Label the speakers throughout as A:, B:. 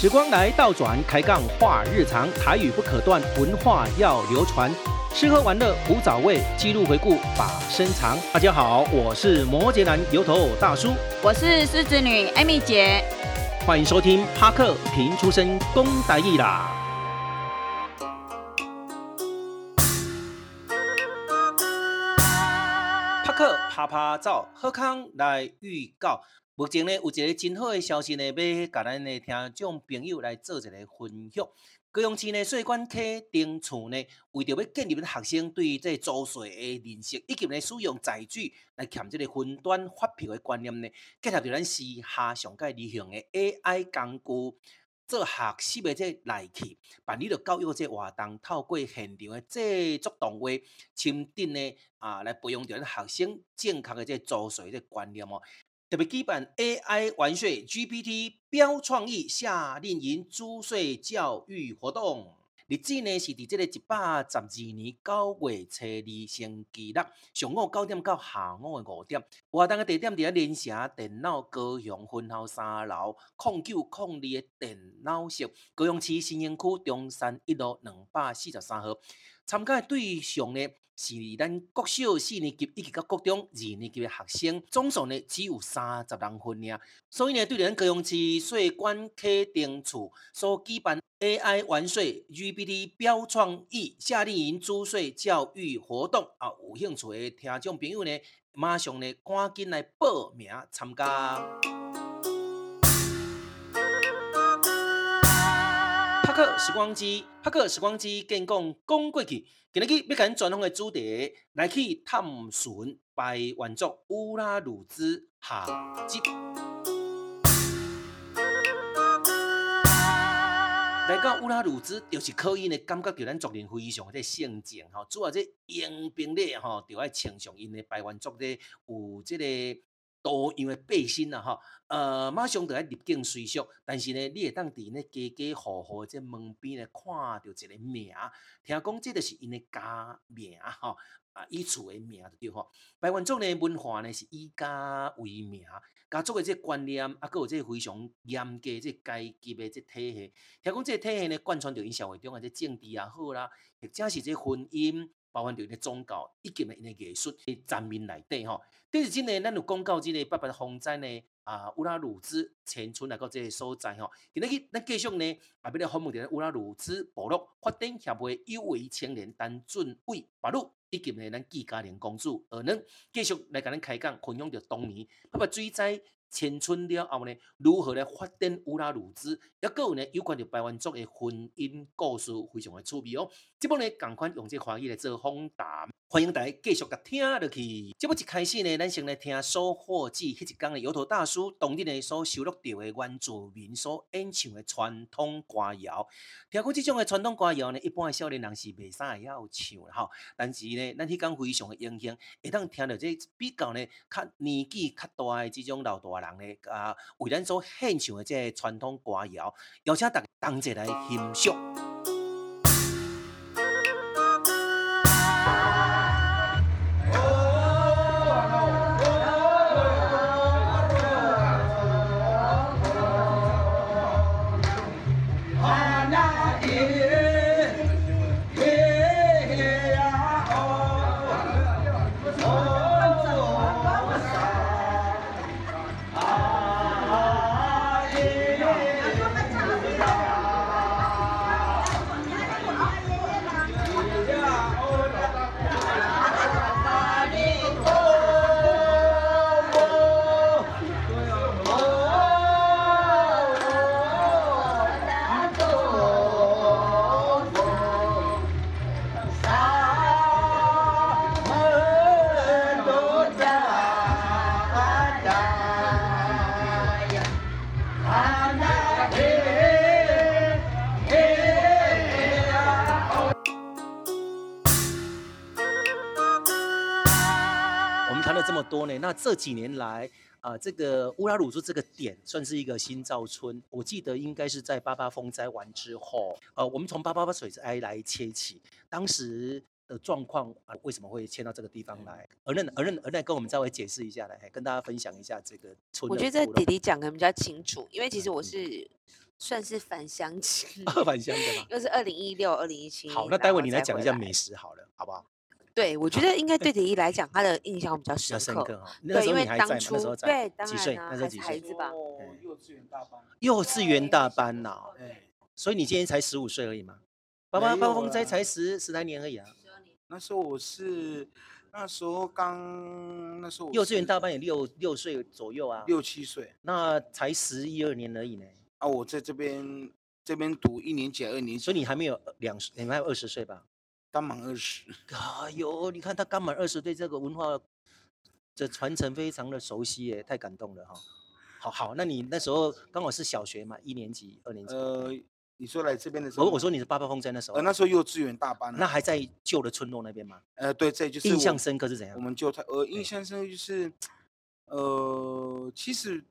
A: 时光来倒转，开杠话日常，台语不可断，文化要流传。吃喝玩乐不早味，记录回顾把身藏。大家好，我是摩羯男油头大叔，
B: 我是狮子女艾米姐。
A: 欢迎收听帕克平出身公台义啦。帕克拍拍照，好康来预告。目前呢，有一个真好的消息呢，要甲咱的听众朋友来做一个分享。高雄市呢，税管科定厝呢，为着要建立学生对这租税的认识，以及呢使用载具来欠这个分段发票的观念呢，结合着咱时下上界流行的 AI 工具，做学习的这内去办理着教育的这活动，透过现场的制作动画、深圳呢啊来培养着咱学生正确的这租税的观念哦。特别基本 AI 完税 GPT 标创意夏令营租税教育活动，日子呢是伫即个一百十二年九月初二星期六上午九点到下午的五点，活动的地点伫咧联城电脑高雄分校三楼控九控二的电脑室，高雄市新兴区中山一路两百四十三号。参加的对象呢是咱国小四年级以及到国中二年级的学生，总数呢只有三十人份尔。所以呢，对咱高雄市税管科定处所举办 AI 完税 GPT 标创意夏令营租税教育活动啊，有兴趣的听众朋友呢，马上呢赶紧来报名参加。拍克时光机，拍克时光机，建讲讲过去，今日去要甲咱专访的主题，来去探寻排原作《乌拉鲁兹》下集。来到乌拉鲁兹，就是可以呢，感觉到咱族人非常的性情吼，主要这迎宾咧吼，就爱穿上因的排湾族咧有即个多样的背心啦吼，呃，马上就爱入境随俗，但是呢，你会当伫呢家家户户这门边咧看到一个名，听讲这就是因的家名吼，啊，伊厝的名就对吼。排湾族呢文化呢是以家为名，家族的这观念啊，佮有这非常严格的这阶级的这体系。听讲这个体系呢，贯穿着因社会中的这政治也好啦，或者是这婚姻，包含着因的宗教，以及呢因的艺术的层面内底吼。但是真的，咱有讲到这个八八风灾呢，啊乌拉鲁兹前村来到这个所在吼，今日去咱继续呢，啊要来访问着咱乌拉鲁兹部落发展协会有为青年陈俊伟白鲁，以及呢咱季嘉玲公主二能继续来甲咱开讲，分享着当年八八啊水灾。迁村了后呢，如何来发展乌拉鲁兹，抑个有呢有关着台湾族的婚姻故事，非常的趣味哦。即部呢，共款用这华语来做访谈，欢迎大家继续甲听落去。即部一开始呢，咱先来听收获记迄一天的摇头大叔当日呢所收录到的原住民所演唱的传统歌谣。听讲即种的传统歌谣呢，一般的少年人是袂啥会晓唱啦吼，但是呢，咱迄天非常的荣幸，会当听到这比较呢较年纪较大的即种老大人呢，啊，为咱所献唱的这传统歌谣，邀请大家同齐来欣赏。我们谈了这么多呢，那这几年来啊、这个乌拉鲁族这个点算是一个新造村，我记得应该是在八八风灾完之后，呃，我们从八八八水灾来切起，当时的状况啊、为什么会迁到这个地方来？而任而任而任跟我们稍微解释一下来，嘿跟大家分享一下这个村的部落。
C: 我觉得这弟弟讲可能比较清楚，因为其实我
A: 嗯，
C: 是算是返乡期
A: 返乡的嘛。
C: 又是二零一六、二零一七。
A: 嗯好，那待会你来讲一下美
C: 食。
A: 食好了，好不好？哎
C: 对，我觉得应该对铁一来讲，他的印象比较
A: 比
C: 深
A: 较深
C: 刻。
A: 刻哈。那
C: 对，
A: 时
C: 因
A: 候
C: 为
A: 你还在
C: 当
A: 吗？那时
C: 初
A: 候
C: 对
A: 在，
C: 当
A: 几
C: 然
A: 岁？
C: 啊，
A: 那时
C: 还
A: 候
C: 是
A: 几
C: 孩
A: 岁？
C: 子吧，
D: 哦，幼稚园大班，
A: 幼稚园大班呐、
D: 哎，
A: 所以你今年才十五岁而已嘛。爸爸
D: 没
A: 暴
D: 有
A: 风灾
D: 啦
A: 才十十来年而已啊，
D: 那时候我是那时候刚那时候我
A: 幼稚园
D: 是
A: 大班也六六岁左右啊，
D: 六七岁
A: 那才十一二年而已呢，
D: 啊，我在这边这边读一年级、二年级，
A: 所以你还没有两十，你还有二十岁吧？
D: 刚满二十。
A: 哎呦，你看他刚满二十，对这个文化的传承非常的熟悉耶，太感动了哈、好好，那你那时候刚好是小学嘛，一年级、二年级。
D: 呃，你说来这边的时候
A: 我
D: 吗，
A: 哦我说你是八八风灾那时候
D: 呃
A: 啊，
D: 那时候幼稚园大班啊，
A: 那还在旧的村落那边吗？
D: 呃对，这就是
A: 印
D: 我
A: 象深刻是怎样
D: 我？们就他呃印
A: 对
D: 象深刻就是，呃，其实，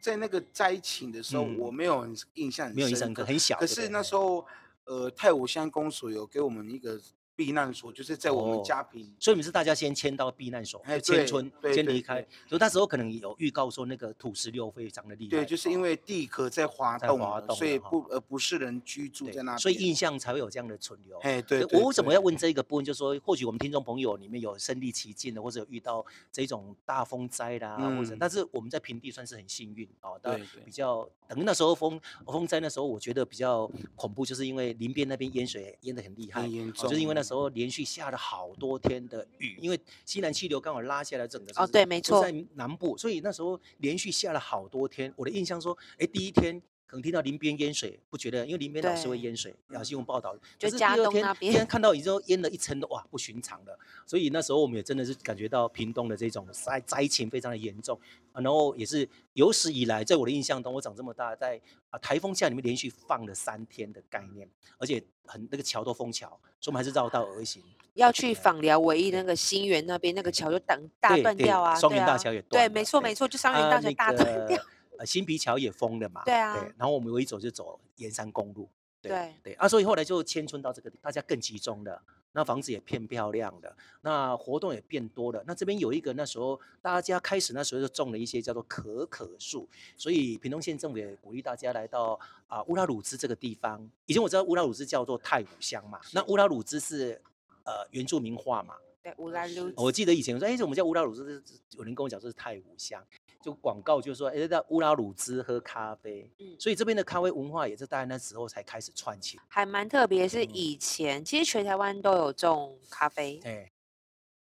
D: 在那个灾情的时候，
A: 嗯
D: 我没有很印象很
A: 没有印象
D: 深
A: 深刻，很小。
D: 可
A: 对不
D: 是
A: 对
D: 那时，候，呃，泰武乡公所有给我们一个避难所，就是在我
A: 哦
D: 们家坪。
A: 所以你们是大家先迁到避难所，
D: 哎
A: 就迁
D: 对
A: 村，
D: 对
A: 先
D: 对
A: 离开
D: 对。
A: 所以那时候可能有预告说那个土石流非常的厉害。哦
D: 对，就是因为地壳在滑
A: 在
D: 动
A: 滑
D: 了，
A: 动
D: 所
A: 了
D: 以
A: 哈
D: 不呃不是人居住
A: 对
D: 在那边。
A: 所以印象才会有这样的存留。
D: 哎对，
A: 对我为什么要
D: 对？
A: 问这个部分？就是说，或许我们听众朋友里面有身临其境的，或者有遇到这种大风灾啦，或者，
D: 嗯
A: 但是我们在平地算是很幸运哦，但
D: 对对
A: 比较等于那时候风风灾那时候，我觉得比较恐怖，就是因为林边那边淹水淹得很厉害，
D: 很严
A: 哦
D: 重，
A: 就是因为那时候连续下了好多天的雨，因为西南气流刚好拉下来整个
C: 哦
A: 是
C: 对没
A: 都
C: 错
A: 在南部，所以那时候连续下了好多天。我的印象说，哎，第一天可能听到林边淹水，不觉得，因为林边老是会
C: 对
A: 淹水，然后
D: 嗯
A: 新闻报道。可
C: 就
A: 是第
C: 嘉
A: 二
C: 东
A: 天
C: 那
A: 第二天
C: 边
A: 看到已经淹了一层的，哇，不寻常了。所以那时候我们也真的是感觉到屏东的这种灾灾情非常的严重、啊，然后也是有史以来，在我的印象中，我长这么大，在啊台风下里面连续放了三天的概念，而且很那个桥都封桥，所以我们还是绕道而行。
C: 要去
A: 啊
C: 访寮唯一那个新园那边那个桥就挡大
A: 对
C: 断
A: 对
C: 掉啊，
A: 双
C: 对
A: 园大
C: 啊
A: 桥也断
C: 对，
A: 了
C: 没错
A: 对
C: 没错，就上元大桥大断掉，。
A: 啊呃，新皮桥也封了嘛。
C: 对啊
A: 然后我们有一走就走沿山公路。
C: 对
A: 对啊，所以后来就迁村到这个地，大家更集中了，那房子也变漂亮了，那活动也变多了。那这边有一个那时候大家开始那时候就种了一些叫做可可树，所以屏东县政府也鼓励大家来到啊、乌拉鲁兹这个地方。以前我知道乌拉鲁兹叫做太武乡嘛，那乌拉鲁兹是呃原住民话嘛，
C: 对，乌拉鲁
A: 我记得以前说，哎、我们叫乌拉鲁兹，有人跟我讲说是泰武乡，就广告就说，哎、在乌拉鲁兹喝咖啡，
C: 嗯
A: 所以这边的咖啡文化也是大概那时候才开始串起来，
C: 还蛮特别，是
A: 嗯
C: 以前其实全台湾都有种咖啡，
A: 哎、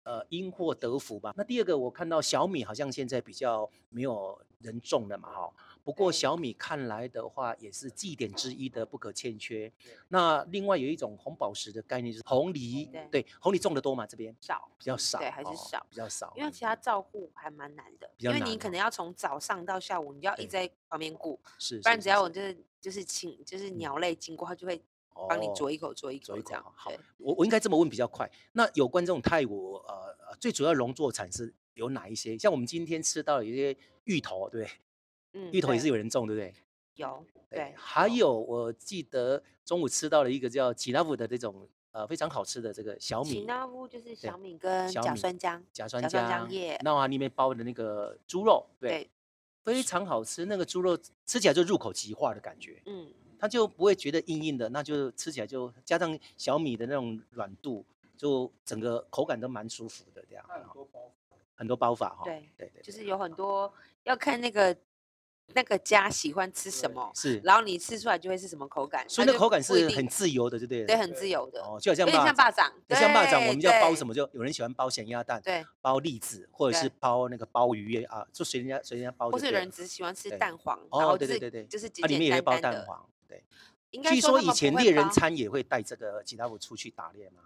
A: 呃，因祸得福吧。那第二个，我看到小米好像现在比较没有人种了嘛，哈。不过
C: 对
A: 小米看来的话，也是祭典之一的不可欠缺。那另外有一种红宝石的概念，就是红梨，
C: 哦对
A: 对，红梨种的多嘛，这边
C: 少，
A: 比较少，
C: 对还是
A: 哦
C: 少
A: 比较少，
C: 因为
A: 嗯
C: 其他照顾还蛮难的，
A: 比较
C: 因为你
A: 难
C: 可
A: 哦
C: 能要从早上到下午，你就要一直在旁边顾，
A: 是，
C: 不然
A: 是
C: 只要我
A: 是
C: 就是就是请就是鸟类经过，它就会帮你
A: 哦
C: 啄一口啄一
A: 左
C: 口
A: 一
C: 这
A: 口
C: 样
A: 好。好
C: 对，
A: 我我应该这么问比较快。那有关这种泰国呃呃最主要农作产是有哪一些？像我们今天吃到有一些芋头，对不对？
C: 嗯，
A: 芋头也
C: 对
A: 是有人种，对不对？
C: 有对，
A: 还有我记得中午吃到了一个叫吉拉夫的这种呃非常好吃的这个小
C: 奇
A: 米
C: 纳乌就是小米跟
A: 小
C: 甲
A: 米
C: 酸浆，
A: 甲酸
C: 甲酸浆
A: 浆
C: 叶
A: 那它里面包的那个猪肉，对，
C: 对，
A: 非常好吃。那个猪肉吃起来就入口即化的感觉。
C: 嗯，
A: 它就不会觉得硬硬的，那就吃起来就加上小米的那种软度，就整个口感都蛮舒服的这样。
D: 那很多包
A: 很多包法哈。
C: 嗯对
A: 对对，
C: 就是有很多要看那个那个家喜欢吃什
D: 对
C: 么，
A: 是，
C: 然后你吃出来就会是什么口感，
A: 所以那
C: 它
A: 个
C: 就
A: 口感
C: 不一
A: 是
C: 定
A: 很自由的，对不对？
C: 对，很自由的，
A: 哦，就好像
C: 有点像
A: 霸
C: 霸
A: 掌很
C: 掌，
A: 像霸掌，我们要包什
C: 么？
A: 么就有人喜欢包咸鸭蛋，
C: 对，
A: 包栗子，或者是
C: 对
A: 包那个鲍鱼叶啊，就随人家随人家包就
C: 或
A: 对
C: 是
A: 了。
C: 有人只喜欢吃
A: 对
C: 蛋黄，
A: 哦
C: 然后
A: 对对
C: 就是
A: 对对
C: 就是
A: 啊，
C: 简
A: 里面也会
C: 简
A: 包
C: 单单
A: 蛋
C: 的。
A: 黄，对。
C: 应该
A: 据
C: 说
A: 说
C: 他
A: 以
C: 们不
A: 前
C: 会
A: 猎人
C: 包
A: 餐也会带这个吉拉布出去打猎嘛，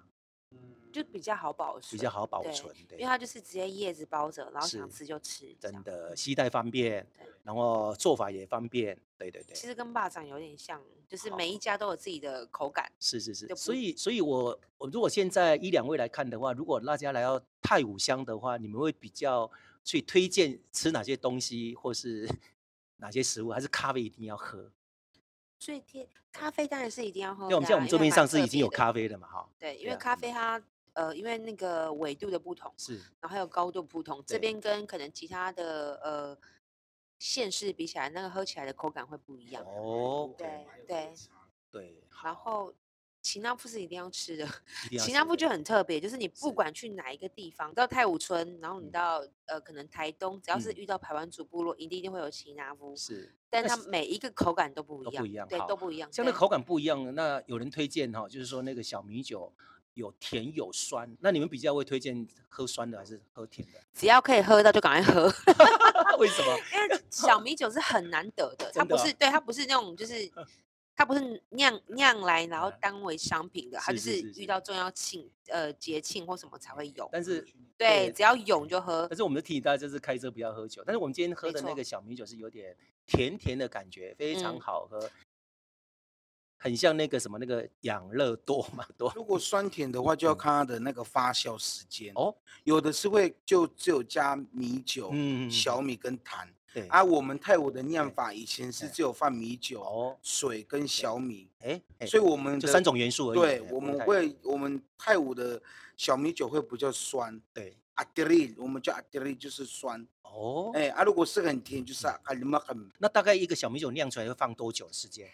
A: 嗯
C: 就比较好保存，
A: 比较好保
C: 对
A: 存，对
C: 因为。它就是直接叶子包着，然后想
A: 是
C: 吃就吃，这
A: 真
C: 样。
A: 的携带方便，然后做法也方便，对对对。
C: 其实跟霸掌有点像，就是每
A: 好
C: 一家都有自己的口感。
A: 是是是，
C: 就
A: 所
C: 不
A: 以所以我我如果现在一两位来看的话，如果大家来到泰武乡的话，你们会比较去推荐吃哪些东西，或是 哪些食物，还是咖啡一定要喝？
C: 最贴咖啡当然是一定要喝的啊。
A: 对，我们现在我们
C: 因
A: 桌
C: 为
A: 面
C: 蛮
A: 上是
C: 特
A: 已经
C: 别
A: 有
C: 的
A: 咖啡了嘛，哈，
C: 对，因
A: 对
C: 为
A: 啊
C: 咖
A: 嗯
C: 啡它呃，因为那个纬度的不同，
A: 是
C: 然后还有高度不同，这
A: 对
C: 边跟可能其他的呃县市比起来，那个喝起来的口感会不一样。
A: 哦，
C: 对对，
A: 对，
C: 然后奇纳富是一定要吃的，
A: 一定要
C: 奇
A: 吃
C: 纳
A: 对
C: 富就很特别，就是你
A: 是
C: 不管去哪一个地方，到太武村，然后你
A: 嗯
C: 到呃可能台东，只要是
A: 嗯
C: 遇到排湾族部落，一定一定会有奇纳夫，
A: 是
C: 但
A: 那
C: 它
A: 是
C: 每一个口感都不
A: 都
C: 一
A: 不
C: 样，
A: 一样
C: 对
A: 好，
C: 都不一样。
A: 像那
C: 对
A: 口感不一样。那有人推荐哈，就是说那个小米酒有甜有酸，那你们比较会推荐喝酸的还是喝甜的？
C: 只要可以喝到就赶快喝，
A: 为什么？
C: 因为小米酒是很难得 的，它
A: 真的
C: 不
A: 啊
C: 是对它不是那 种就是它不是酿酿来然后
A: 嗯
C: 当为商品的，它
A: 是
C: 就是是
A: 是是
C: 遇到重要庆呃节庆或什么才会有。
A: 但是
C: 对，
A: 对
C: 只要有你就喝
A: 但，是我们的提醒大家就是开车不要喝酒。但是我们今天喝
C: 没
A: 的那
C: 错
A: 个小米酒是有点甜甜的感觉，非常
C: 嗯
A: 好喝，很像那个什么那个养乐多嘛多。
D: 如果酸甜的话，就要
A: 嗯
D: 看它的那个发酵时间。
A: 哦，
D: 有的是会就只有加米酒、
A: 嗯，
D: 小米跟糖。
A: 对
D: 啊，我们泰国的酿法以前是
A: 哎
D: 只有放米酒、
A: 哦，
D: 水跟小米，
A: 哎，哎
D: 所以我们
A: 就
D: 的
A: 三种元素而已。
D: 对，
A: 哎
D: 我
A: 不
D: 们
A: 太一样
D: 会我们泰武的小米酒会比较酸
A: 对
D: 阿 d r 我们叫阿 d r 就是酸。
A: 哦。嗯
D: 哎、啊，如果是很甜，就是阿里玛很，
A: 那大概一个小米酒酿出来会放多久的时间？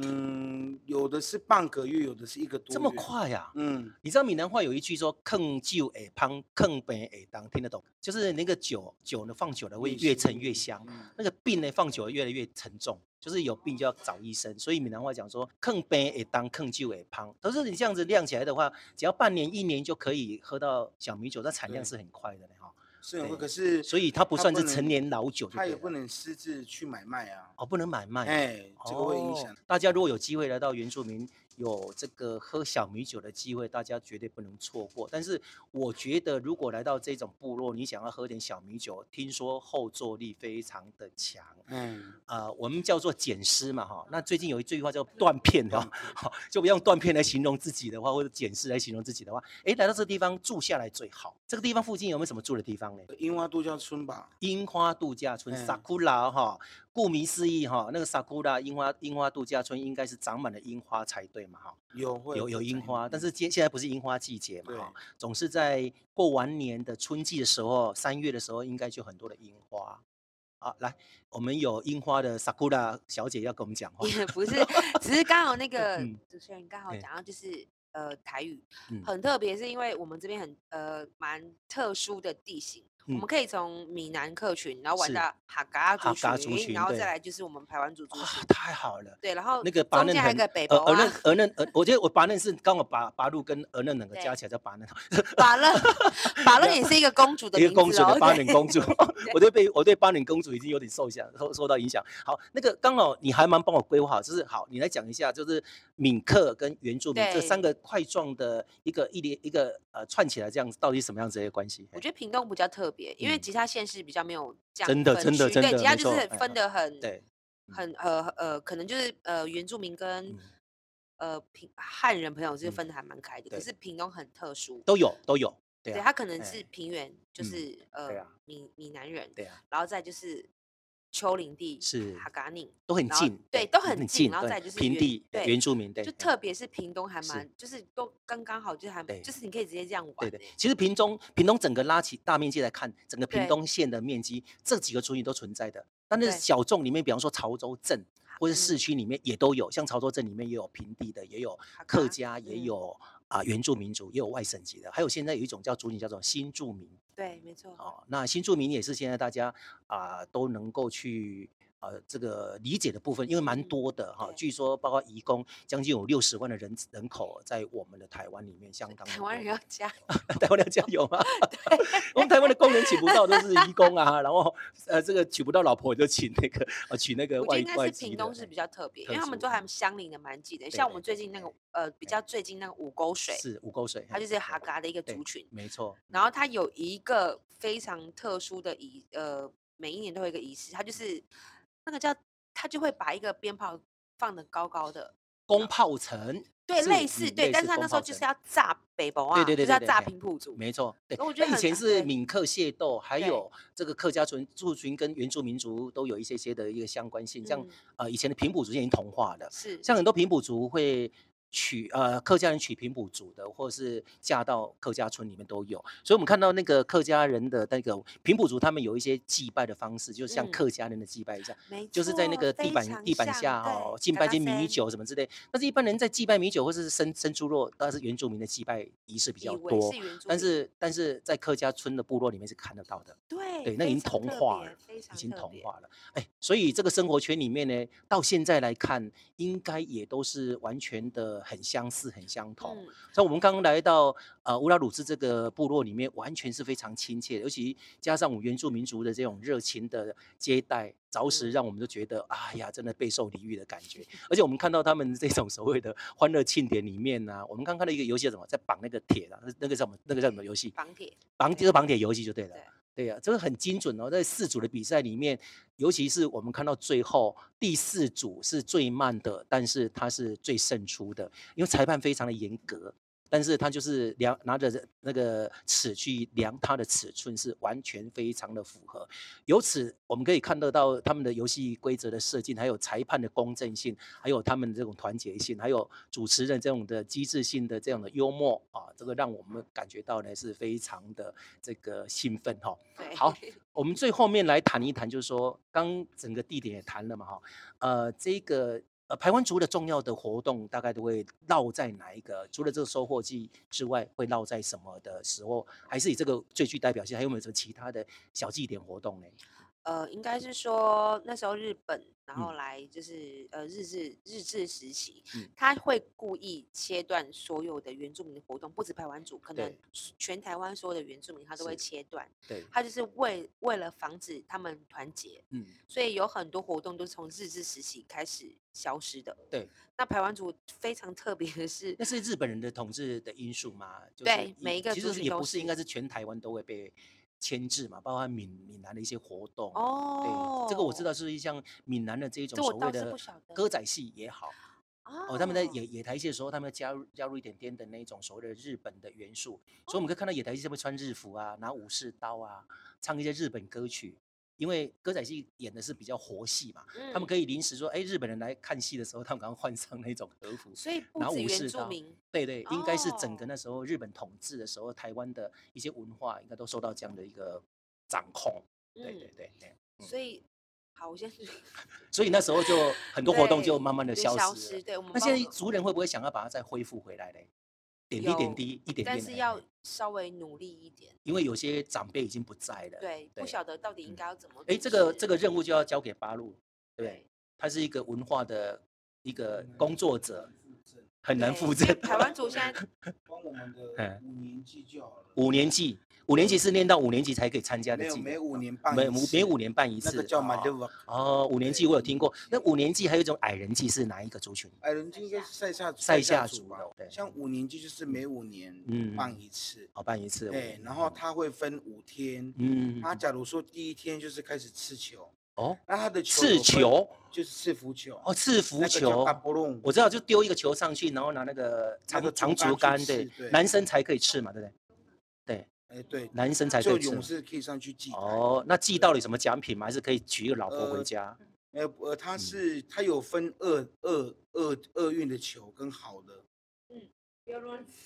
D: 嗯，有的是半个月，有的是一个多。
A: 这么？快呀、
D: 嗯，
A: 你知道闽南话有一句说“坑酒诶胖，坑本诶当”，听得懂？就是那个酒酒呢，放久了会越陈越香，
D: 嗯
A: 那个病呢放久了越来越沉重，就是有病就要找医生。所以闽南话讲说“坑本诶当，坑酒诶胖”，可是你这样子晾起来的话，只要半年一年就可以喝到小米酒，那产量
D: 对
A: 是很快的呢哈。
D: 是很快，
A: 对
D: 可是
A: 所以它不算是
D: 能
A: 陈年老酒就
D: 他
A: 对
D: 也不
A: 了
D: 能私自去买卖啊。
A: 哦，不能买卖。
D: 哎、这个会影
A: 哦
D: 响。
A: 大家如果有机会来到原住民，有这个喝小米酒的机会，大家绝对不能错过。但是我觉得，如果来到这种部落，你想要喝点小米酒，听说后坐力非常的强。
D: 嗯，
A: 呃，我们叫做捡尸嘛，哈。那最近有一句话叫断片哈，好，就用断片来形容自己的话，或者捡尸来形容自己的话，诶，来到这个地方住下来最好。这个地方附近有没有什么住的地方呢？
D: 樱花度假村吧，
A: 樱花度假村
D: 嗯
A: （Sakura） 哈，顾名思义哈，那个 Sakura 樱花樱花度假村应该是长满了樱花才对嘛哈，
D: 有会
A: 有有
D: 会
A: 樱
D: 在
A: 花，但
D: 嗯
A: 是现现在不是樱花季节嘛
D: 对
A: 哈，总是在过完年的春季的时候，三月的时候应该就很多的樱花。啊，来，我们有樱花的 Sakura 小姐要跟我们讲话。
C: 也 不是，只是刚好那个
A: 嗯
C: 主持人刚好
A: 对
C: 讲到就是呃台语
A: 嗯
C: 很特别，是因为我们这边很呃蛮特殊的地形。我
A: 嗯
C: 们可以从闽南客群，然后玩
A: 是
C: 到哈嘎
A: 哈
C: 族
A: 嘎族
C: 群，
A: 群
C: 然后
A: 对
C: 再来就是我们排湾族族
A: 哇
C: 群，，
A: 太好了。
C: 对，然后
A: 那个拔
C: 中
A: 嫩
C: 间还有一
A: 很
C: 个北
A: 呃
C: 伯
A: 呃
C: 啊
A: 嫩，呃嫩呃，我觉得我拔嫩是刚好拔拔入跟呃嫩两个
C: 对
A: 加起来叫拔嫩，
C: 法乐，法乐也是一个公主的
A: 一
C: 名
A: 个
C: 字
A: 公主的
C: 哦
A: 巴
C: 对
A: 伦公主， 我对被我对巴伦公主已经有点受想受受到影响。好，那个刚好你还蛮帮我规划好，就是好，你来讲一下，就是闽客跟原住民这三个块状的一个一连一个呃串起来这样子，到底是什么样子的一个关系？
C: 我觉得屏东比较特别，因为
A: 嗯
C: 其他县市比较没有这样
A: 真的
C: 分
A: 真的
C: 区
A: 真
C: 对，
A: 的
C: 其他
A: 没
C: 就是
A: 错
C: 很
A: 哎
C: 分
A: 哎
C: 得很
A: 对，
C: 很呃呃，可能就是呃原住民跟
A: 嗯
C: 呃平汉人朋友是
A: 嗯
C: 分得还蛮开的，可
A: 对
C: 是屏东很特殊，
A: 都有都有，对
C: 对
A: 啊
C: 他可能
A: 哎
C: 是平原，
A: 嗯
C: 就是呃
A: 啊
C: 闽闽南人，
A: 对啊，
C: 然后再就是丘陵地
A: 是
C: 哈嘎宁，
A: 都很
C: 然后
A: 近，
C: 对都很
A: 很
C: 近然后
A: 对
C: 再就是
A: 平
C: 原
A: 地
C: 对
A: 原住民对，
C: 就
A: 哎
C: 特别是屏东还
A: 是
C: 蛮就是都刚刚好，就是还
A: 对
C: 就是你可以直接这样
A: 对
C: 玩
A: 对
C: 欸，
A: 其实屏东屏东整个拉起大面积来看，整个屏
C: 对
A: 东县的面积，这几个族群都存在的。但是
C: 对
A: 小众里面，比方说潮州镇或者
C: 嗯
A: 市区里面也都有，像潮州镇里面也有平地的，也有
C: 哈
A: 客
C: 嘎
A: 家，也
C: 嗯
A: 有啊、原住民族，也有外省籍的，还有现在有一种叫族群叫做新住民
C: 对，没错，
A: 啊、那新住民也是现在大家啊、都能够去。呃，这个理解的部分，因为蛮
C: 嗯
A: 多的哈、
C: 对
A: 据说包括移工将近有六十万的人人口在我们的台湾里面，相当
C: 台
A: 的
C: 湾
A: 多
C: 人要加
A: 台湾要加油吗？ 我们台湾的工人请不到都是义工啊，然后呃，这个娶不到老婆就请那个呃娶那个
C: 我觉得
A: 外
C: 应该
A: 外
C: 是
A: 籍
C: 屏
A: 的。
C: 东是比较特别，因
A: 特
C: 为他们
A: 殊
C: 都还
A: 嗯
C: 相邻的蛮近的。
A: 对
C: 像
A: 对
C: 我们最近那
A: 对
C: 个呃，比
A: 哎
C: 较最近那个五沟水，
A: 是五沟水，
C: 它
A: 嘿
C: 就是哈，嘎的一个
A: 对
C: 族群，
A: 没错。
C: 然后它有一个非常特殊的仪，呃，每一年都有一个仪式，它就是那个叫，它就会把一个鞭炮放得高高的，
A: 宫炮城，
C: 对，
A: 是
C: 类
A: 嗯
C: 似对，
A: 类
C: 但
A: 似
C: 是他
A: 风
C: 那时候
A: 炮
C: 就是
A: 阵
C: 要炸北博
A: 对
C: 啊，
A: 对对
C: 就是要
A: 对
C: 炸
A: 对
C: 平埔族，
A: 没错。对，
C: 我觉
A: 那
C: 得
A: 以
C: 很
A: 前
C: 难
A: 是
C: 对
A: 闽客械斗，还
C: 对
A: 有这个客家族族群跟原住民族都有一些些的一个相关性。像
C: 嗯
A: 呃，以前的平埔族现在已经同化了，
C: 是
A: 像很多平埔族会娶呃客家人娶平埔族的，或是嫁到客家村里面都有。所以我们看到那个客家人的那个平埔族，他们有一些祭拜的方式，就像
C: 嗯
A: 客家人的祭拜一样，
C: 没
A: 就是在那
C: 错
A: 个地
C: 非
A: 板
C: 常
A: 地板
C: 像
A: 下
C: 对
A: 哦，敬
C: 嘎
A: 拜
C: 嘎
A: 一些米
C: 森
A: 酒什么之类。但是一般人在祭拜米酒或者是生生猪肉，那是原住民的祭拜仪式比
C: 以
A: 较
C: 为
A: 多
C: 是。原住
A: 但
C: 民
A: 是但是在客家村的部落里面是看得到的，
C: 对
A: 对那
C: 非
A: 已经
C: 常
A: 同
C: 特
A: 化
C: 别
A: 了
C: 非常
A: 已经
C: 特
A: 同
C: 别
A: 化了。哎，所以这个生活圈里面呢，到现在来看，应该也都是完全的很相似、很相同。
C: 嗯
A: 所以我们刚刚来到呃乌拉鲁斯这个部落里面，完全是非常亲切的，尤其加上我们原住民族的这种热情的接待，着实
C: 嗯
A: 让我们都觉得，哎呀，真的备受礼遇的感觉。而且我们看到他们这种所谓的欢乐庆典里面呢、我们刚看到一个游戏叫什么，在绑那个铁的、啊，那那个叫什么？那个叫什么游戏？
C: 绑铁
A: 绑
C: 对
A: 就是绑铁游戏就对了
C: 对。
A: 对呀、这个很精准哦。在四组的比赛里面，尤其是我们看到最后第四组是最慢的，但是它是最胜出的，因为裁判非常的严格，但是他就是量拿着这那个尺去量它的尺寸是完全非常的符合。由此我们可以看得到他们的游戏规则的设计，还有裁判的公正性，还有他们这种团结性，还有主持人这种的机智性的这样的幽默啊，这个让我们感觉到呢是非常的这个兴奋哈、
C: 对
A: 好我们最后面来谈一谈，就是说刚整个地点也谈了嘛哈，呃，这个呃排湾族的重要的活动大概都会绕在哪一个？除了这个收获季之外，会绕在什么的时候？还是以这个最具代表性？还有没有什么其他的小祭典活动呢？
C: 呃，应该是说那时候日本，然
A: 嗯
C: 后来就是、呃日治日治时期，
A: 嗯
C: 他会故意切断所有的原住民的活动，不止排湾族，可能
A: 对
C: 是全台湾所有的原住民他都会
A: 是
C: 切断，
A: 对，
C: 他就是为为了防止他们团结，
A: 嗯，
C: 所以有很多活动都是从日治时期开始消失的。
A: 对，
C: 那排湾族非常特别的是
A: 那，是日本人的统治的因素嘛？就是
C: 对
A: 一
C: 每一个
A: 其
C: 族
A: 实
C: 群
A: 也
C: 都
A: 不是，应
C: 是
A: 该是全台湾都会被牵制嘛，包括闽闽南的一些活动。
C: 哦，
A: 对，这个我知道，，是像闽南的这一种
C: 这我
A: 所谓
C: 倒是
A: 的
C: 不晓得
A: 歌仔戏也好，
C: 哦
A: 哦，他们在野野台戏的时候，他们加入加入一点点的那种所谓的日本的元素，所以我们可以
C: 哦
A: 看到野台戏上面穿日服啊，拿武士刀啊，唱一些日本歌曲。因为歌仔戏演的是比较活戏嘛，他们
C: 以，
A: 可以临时说，哎，日本人来看戏的时候，他们赶快换上那种和服，
C: 所以不
A: 拿
C: 止
A: 武
C: 原
A: 士
C: 住
A: 刀
C: 民，
A: 对对，应该是整个
C: 哦
A: 那时候日本统治的时候，台湾的一些文化应该都受到这样的一个掌控。对对
C: 嗯，
A: 对对，嗯
C: 所以好，我先
A: 所以那时候就很多活动就
C: 对
A: 慢慢的
C: 就
A: 消
C: 消
A: 失了。
C: 对，我们
A: 那
C: 包
A: 现在
C: 括
A: 族人会不会想要把它再恢复回来嘞？点滴点
C: 有
A: 滴一点点，
C: 但是要，稍微努力一点，
A: 因为有些长辈已经不在了。，
C: 对，
A: 对
C: 不晓得到底应
A: 嗯
C: 该要怎么。
A: 哎，这个这个任务就要交给八路，对不对
C: 对？嗯
A: 他是一个文化的一个
D: 嗯
A: 工作者，很难
C: 对
A: 负
C: 所以
A: 责。
C: 台湾族现在
D: 光我们
A: 嗯
D: 的五年级就好了。
A: 五年级，五
C: 嗯
A: 年级是念到五年级才可以参加的
D: 没有
A: 技能，
D: 每五年办
A: 每
D: 一
A: 五
D: 次
A: 每五年办一次，
D: 那个叫
A: 哦
D: m a d e v a
A: 哦，五年级我有听过。那五年级还有一种矮人祭是哪一个族群？
D: 矮哎人就应该是塞下
A: 塞下
D: 族
A: 族
D: 吧
A: 的对
D: 像五年级就是每五年
A: 嗯
D: 办一次，
A: 哦，办一次。五
D: 对
A: 年，
D: 然后他会分五天，
A: 嗯，
D: 他假如说第一天就是开始刺球，
A: 哦，
D: 那他的球
A: 刺
D: 有分
A: 球
D: 就是刺浮球，
A: 哦，赤浮
D: 那个叫
A: 球，
D: 巴波隆，
A: 我知道，就丢一个球上去，然后拿那个
D: 那
A: 长
D: 个
A: 长
D: 竹
A: 竹
D: 竿
A: 竿
D: 去，
A: 对
D: 刺对，
A: 男生才可以吃嘛，对不对？
D: 哎对，
A: 男生才可
D: 就
A: 以吃
D: 勇
A: 嘛。
D: 士可以上去祭坛，
A: 哦，那寄到底什么奖品吗？还是可以娶一个老婆回
D: 呃
A: 家？
D: 呃呃，他
A: 嗯
D: 是他有分二二二二运的球跟好的，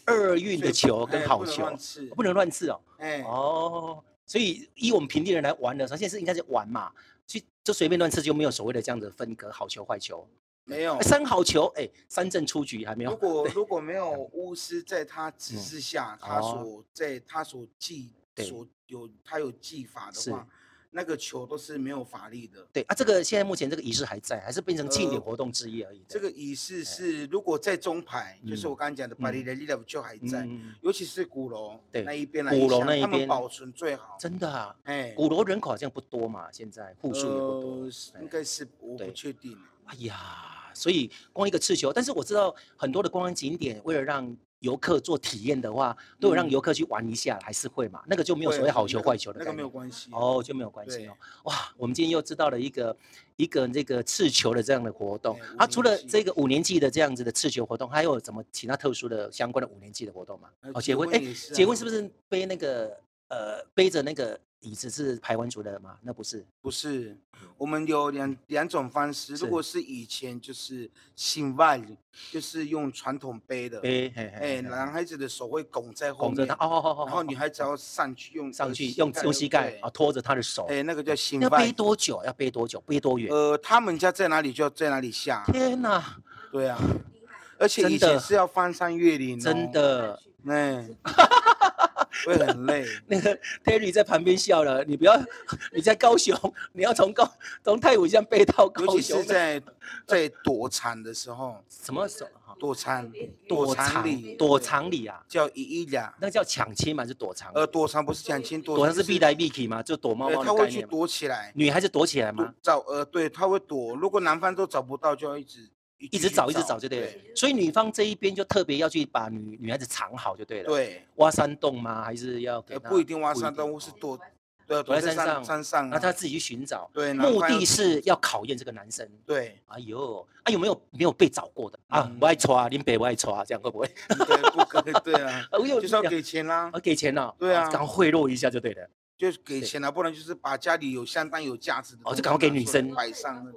A: 二运
D: 所以
A: 的球
D: 不
A: 跟
D: 呃哎
A: 好
D: 不能
A: 球
D: 乱刺，
A: 不能乱吃哦。
D: 哎，
A: 哦，所以依我们平地人来玩的时候，现在是应该是玩嘛，去就随便乱吃就没有所谓的这样的分隔好球坏球。
D: 没有
A: 哎。三好球，哎，三振出局还没有。
D: 如果
A: 对
D: 如果没有巫师 在他指
A: 嗯
D: 示下，他
A: 哦
D: 所在他所记
A: 对
D: 所有他有技法
A: 是
D: 的话，那个球都是没有法力的。
A: 对啊，这个现在目前这个仪式还在，还是变成庆典
D: 呃
A: 活动之一而已。
D: 这个仪式是，如果在中排，就是我
A: 嗯
D: 刚刚讲的巴黎
A: 嗯
D: 的力量球还在，
A: 嗯，
D: 尤其是鼓楼
A: 对
D: 那一边来
A: 鼓楼
D: 讲
A: 那一
D: 他们
A: 边
D: 保存最好。
A: 真的啊，
D: 哎，
A: 鼓楼人口好像不多嘛，现在户数也不多
D: 呃，是
A: 哎
D: 应该是我不
A: 对
D: 确定。
A: 哎呀，所以光一个赤球，但是我知道很多的观光景点为了让游客做体验的话，都有让
D: 嗯
A: 游客去玩一下，还是会嘛，那个就没有
D: 会
A: 所谓
D: 会
A: 好球
D: 那个
A: 坏球的
D: 那
A: 概
D: 个没
A: 念
D: 有。关系。
A: 哦，就没有关系
D: 对
A: 哦。哇，我们今天又知道了一个一个这个刺球的这样的活动
D: 对五
A: 啊。除
D: 年
A: 了
D: 级
A: 这个五年级的这样子的刺球活动，还有什么其他特殊的相关的五年级的活动吗
D: 呃？
A: 哦，
D: 结
A: 结婚
D: 婚
A: 哎，
D: 也是
A: 结
D: 啊
A: 婚是不是背那个呃背着那个椅子是排湾族的吗？那不是
D: 不是，我们有两两种方式，
A: 是
D: 如果是以前就是信外，就是用传统背的，
A: 哎哎
D: 哎，男孩子的手会拱在后
A: 拱着
D: 面，
A: 他，哦哦哦，
D: 然后
A: 哦
D: 女孩子要上去用
A: 上
D: 呃
A: 去用用膝盖啊，拖着他的手，
D: 对哎，那个叫信
A: 要背
D: 外。
A: 多久？要背多久？背多远？
D: 呃，他们家在哪里就要在哪里下，
A: 天哪，
D: 对啊，而且
A: 真
D: 以
A: 的
D: 前是要翻山越岭，哦
A: 真，的，
D: 哎，会很累。
A: 那个 Terry 在旁边笑了，你不要，你在高雄，你要从高从太武乡背到
D: 尤
A: 高
D: 其
A: 雄
D: 是
A: 的，
D: 在在躲藏的时候，
A: 什么时候？哈
D: 躲藏
A: 躲
D: 藏
A: 藏
D: 里
A: 躲
D: 对
A: 藏里啊，
D: 叫一一俩，
A: 那叫抢亲嘛，还是躲藏？
D: 呃，躲藏不是讲清，
A: 躲藏是避
D: 避
A: 来避去嘛，就躲猫猫
D: 对，他
A: 的概
D: 会去
A: 念嘛。
D: 躲起来，
A: 女孩子躲起来
D: 躲
A: 嘛，
D: 找呃，对，他会躲。如果男方都找不到，就要一直
A: 一
D: 一
A: 直
D: 去
A: 找一直找就对了。所以女方这一边就特别要去把女女孩子藏好就对了。，
D: 对，
A: 挖山洞吗？还是要给
D: 呃，
A: 她？
D: 不一定挖山洞，或是
A: 哦
D: 躲，对，
A: 躲
D: 躲
A: 在
D: 在
A: 山上
D: 山山上
A: 那她
D: 啊，
A: 自己去寻找，
D: 对，男
A: 目
D: 方要
A: 的是要考验这个男生。
D: 对，
A: 哎呦，啊有没有没有被找过的啊？
D: 嗯
A: 不爱抓，林北不爱抓，这样会不会？，
D: 对，不可以，对啊
A: 啊，我有
D: 就是要
A: 两
D: 给钱啦
A: 啊，给钱了，
D: 对啊
A: 刚贿赂一下就对了。
D: 就是给钱啦，不然就是把家里有相当有价值的
A: 哦
D: 东
A: 就
D: 西
A: 赶快给
D: 拿
A: 女
D: 出来
A: 生
D: 摆上了，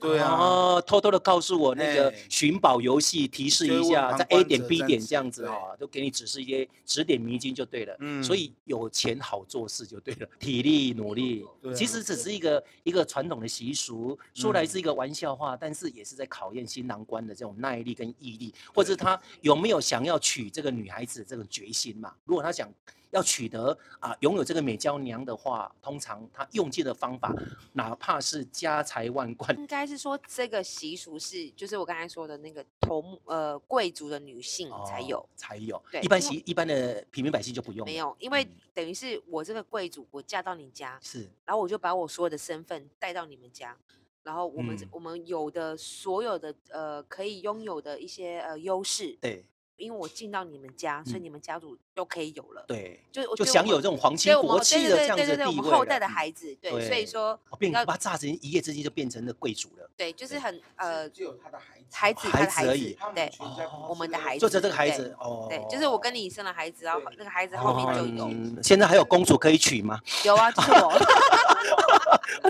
D: 对啊，
A: 哦，偷偷的告诉我那个
D: 哎
A: 寻宝游戏提示
D: 就
A: 一
D: 会问
A: 下，
D: 旁
A: 在 A
D: 观
A: 点
D: 者
A: B
D: 这
A: 点
D: 样
A: 这样
D: 子
A: 子
D: 对
A: 哦，都给你指示一些指点迷津就对了。
D: 嗯
A: 所以有钱好做事就对了，体力努力，
D: 对啊
A: 其实只是一个一个传统的习俗，说来
D: 嗯
A: 是一个玩笑话，但是也是在考验新郎官的这种耐力跟毅力，或者他有没有想要娶这个女孩子的这种决心嘛？如果他想要取得啊拥有这个美娇娘的话，通常他用尽的方法，哪怕是家财万贯，
C: 应该是说这个习俗是，就是我刚才说的那个头目呃贵族的女性嗯才
A: 哦
C: 有，
A: 才有，
C: 对
A: 一般
C: 因为
A: 习一般的平民百姓就不用了，
C: 没有，因为
A: 嗯
C: 等于是我这个贵族，我嫁到你家，
A: 是
C: 然后我就把我所有的身份带到你们家，然后我们这、
A: 嗯
C: 我们有的所有的呃可以拥有的一些呃优势，
A: 对
C: 因为我进到你们家，所以
A: 嗯
C: 你们家族都可以有了，
A: 对，
C: 就我
A: 就
C: 觉得我
A: 享
C: 们
A: 有这种皇亲
C: 对我们
A: 国
C: 后对
A: 戚的
C: 对
A: 这
C: 对
A: 样
C: 对
A: 子
C: 对
A: 的
C: 对，
A: 地
C: 我
A: 位
C: 们
A: 了
C: 后代的
A: 嗯
C: 孩子，对，所
A: 对
C: 以说
A: 哦变
C: 要
A: 把榨成一夜之间就变成了贵族了，
C: 对，就是
A: 对
C: 很呃
D: 只有他的孩子，
C: 孩子
A: 孩
C: 他的
A: 子而
C: 孩子
A: 已，
D: 他们
C: 对
D: 全家
A: 哦
D: 不
C: 我们的
D: 是
C: 孩
A: 就
C: 子
A: 着这个孩
C: 对
A: 子哦，
C: 对，就是我跟你生了孩子，然后
D: 对
C: 那个孩子后面就有
A: 嗯现在还有公主可以娶 吗？
C: 有啊，就是我。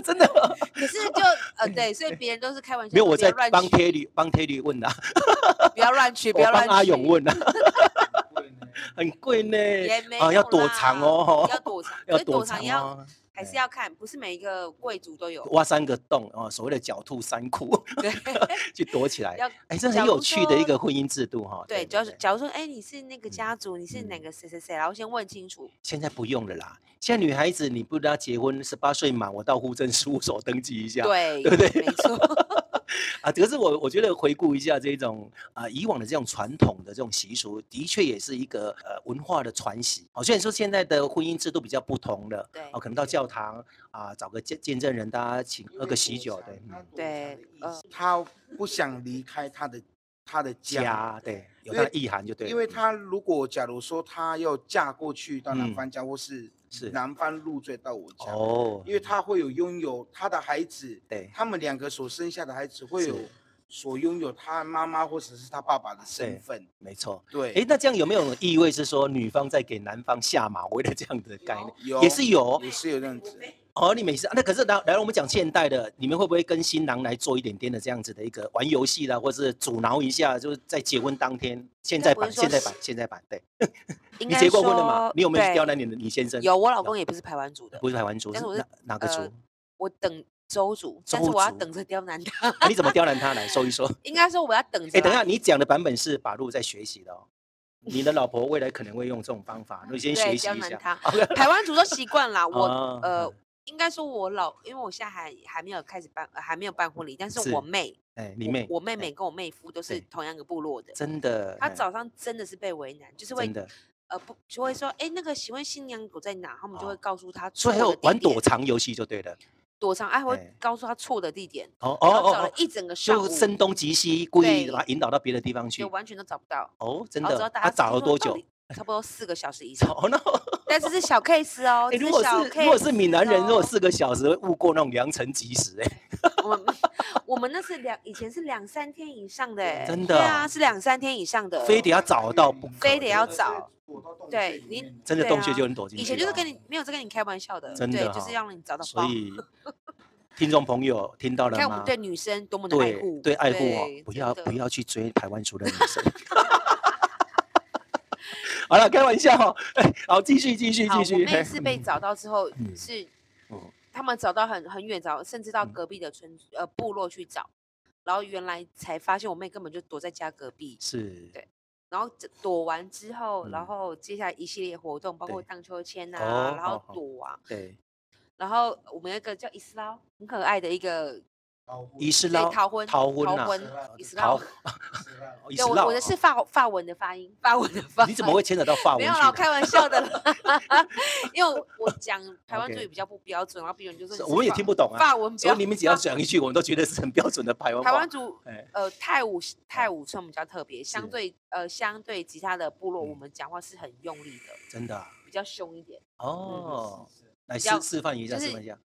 A: 真的
C: 可是就呃对，所以别人都是开玩 笑说，
A: 没有，我
C: 不要
A: 在
C: 乱
A: 帮
C: 取
A: Terry 帮 Terry 问的啊，
C: 不要乱取，
A: 我
C: 不要
A: 帮
C: 乱
A: 阿
C: 取
A: 勇，问 啊，
D: 对呢
A: 很贵呢
C: 也没，
A: 啊要
C: 有
A: 躲
C: 啦
A: 藏哦，，
C: 要躲藏
A: 要
C: 可是
A: 躲
C: 躲
A: 藏
C: 藏要
A: 哦，
C: 还是
A: 哎
C: 要看，不是每一个贵族都有，
A: 挖三个洞哦，所谓的狡兔三窟
C: 对
A: 去躲起来，
C: 要
A: 哎，这很
C: 假
A: 有
C: 如
A: 趣的一
C: 说
A: 个婚姻制度哈。
C: 对，主要是假如说哎你是那个
A: 嗯
C: 家族，你是哪
A: 嗯
C: 个谁谁谁，然后先问清楚，
A: 现在不用了啦。现在女孩子你不跟她结婚，十八岁满，我到户政事务所登记一下。
C: 对
A: 对不对
C: 没错，
A: 啊，可是我我觉得回顾一下这种啊、以往的这种传统的这种习俗，的确也是一个呃文化的传习。哦，虽然说现在的婚姻制度比较不同了，
C: 对
A: 哦，可能到教堂啊、找个见见证人，大家请喝个喜酒，对，嗯、
C: 对呃
D: 他不想离开他的他的家，
A: 家对，有
D: 因
A: 它
D: 为
A: 的意涵就对了。
D: 因为他如果假如说他要嫁过去到
A: 嗯
D: 男方家，或是
A: 是
D: 男方入赘到我家，
A: 哦，
D: 因为他会有拥有他的孩子，
A: 对
D: 他们两个所生下的孩子会
A: 是
D: 有所拥有他妈妈或者是他爸爸的
A: 对
D: 身份，
A: 没错。
D: 对，
A: 哎，那这样有没有意味是说女方在给男方下马威的这样的概念？
D: 有
A: 也是有，
D: 也是有这样子，
A: 哦，你每次那可是来来，我们讲现代的，你们会不会跟新郎来做一点点的这样子的一个玩游戏啦，或是阻挠一下，就是在结婚当天，现在
C: 该不
A: 版、
C: 是
A: 现
C: 说
A: 在
C: 是
A: 版、现在版，对
C: 应
A: 你
C: 该
A: 结过婚了吗
C: 说？
A: 你有没有刁
C: 对
A: 难你的你先生？
C: 有，我老公也不是排湾族的，
A: 不是台湾族，
C: 但是我是
A: 哪哪个族、
C: 呃我等周族，但是
A: 周
C: 我要
A: 族
C: 等着刁难他，
A: 啊你怎么刁难他来说一说？
C: 应该说我要等着
A: 哎，等一
C: 啊
A: 下，你讲的版本是把路在学习的哦，你的老婆未来可能会用这种方法，你先学
C: 对
A: 习
C: 刁
A: 一
C: 难
A: 下。
C: 他，台湾族都习 惯啦，我
A: 啊
C: 呃，应该说我老，因为我现在还还没有开始办，呃还没有办婚礼，但
A: 是
C: 是我妹，
A: 哎，你
C: 我
A: 妹，
C: 我妹
A: 哎
C: 妹跟我妹夫都是
A: 对
C: 同样个部落的，
A: 真的，
C: 她
A: 哎
C: 早上真的是被为难，就是会
A: 真的，
C: 呃不就会说，哎，那个请问新娘狗在哪？他们就会
A: 哦
C: 告诉她
A: 所
C: 错
A: 以还有
C: 的地
A: 玩躲
C: 点，
A: 藏游戏就对了。
C: 躲藏，哎，会
A: 哎
C: 告诉她错的地点，
A: 哦哦
C: 然后
A: 哦
C: 找
A: 哦
C: 了，一整个上
A: 就
C: 午，
A: 声东击西，故意
C: 对
A: 把他引导到别的地方去
C: 就。完全都找不到，
A: 哦，真
C: 然后
A: 的
C: 之后，大
A: 他
C: 家
A: 找了多？
C: 到
A: 久
C: 底？差不多四个小时以上，
A: 哦，那
C: 但是是小 case 哦。
A: 诶
C: 这
A: 哎如果
C: 小
A: 是如果是
C: case
A: 闽南人，如果
C: 哦
A: 四个小时哎会误过那种良辰吉时，哎，
C: 我们我们那是两以前是两三天以上的欸，
A: 真
C: 对
A: 的
C: 啊，
A: 哦
C: 是两三天以上的，
A: 非得要找到不可，
C: 非得要
A: 对
D: 对
C: 找，
D: 躲到洞
C: 对
D: 穴里
C: 你
D: 面
A: 真的
C: 对
A: 洞穴
C: 啊
A: 就能躲进去。
C: 以前就是跟你，没有在跟你开玩笑的，
A: 真
C: 对
A: 的，
C: 就是
A: 哈
C: 让你找到
A: 所
C: 宝。
A: 以听众朋友听到
C: 你
A: 了
C: 看我
A: 吗
C: 们？对女生多么的爱护
A: 对，对爱护哦
C: 对，
A: 不
C: 真
A: 要
C: 的
A: 不要去追台湾族的女 生。 好了，开玩笑哦，哎，好，继续继续
C: 好，
A: 继
C: 我
A: 续。
C: 妹
A: 嘿
C: 是被
A: 嗯
C: 找到之后
A: 嗯
C: 是
A: 哦，
C: 他们找到很很远找，甚至到
A: 嗯
C: 隔壁的村呃部落去找，然后原来才发现我妹根本就躲在家隔壁，
A: 是
C: 对然后这躲完之后，
A: 嗯
C: 然后接下来一系列活动，包括
A: 对
C: 荡秋千
A: 哦
C: 啊，然
A: 好
C: 后
A: 好
C: 躲啊，
A: 对，
C: 然后我们有一个叫伊斯拉，很可爱的一个
A: 伊斯
C: 对
A: 兰
C: 逃婚
A: 逃婚
C: 逃
A: 啊
C: 婚伊斯拉
A: 逃
C: 文，，
A: 伊
C: 对
A: 斯
C: 我
A: 兰
C: 我的
A: 哦
C: 是法法文的发音，法文的发音，
A: 你怎么会牵扯到法文去
C: 没有啦，
A: 呢？
C: 我开玩笑的啦， 因为我我讲台湾
A: OK
C: 主语比较不标准，然后别人就说
A: 是
C: 你
A: 我们
C: 是
A: 也
C: 法
A: 听不懂啊，
C: 法文
A: 所
C: 标
A: 以你们只要
C: 法
A: 讲一句，我们都觉得是很标准的台湾
C: 台湾
A: 话。
C: 族
A: 哎，
C: 呃泰武泰武村比较特别，相
A: 是
C: 对呃相对其他的部落，我
A: 嗯
C: 们讲话是很用力的，
A: 真的啊
C: 比较凶一点。嗯
A: 哦，来示
C: 较
A: 示范一下，
C: 就
A: 示
C: 是
A: 范一下。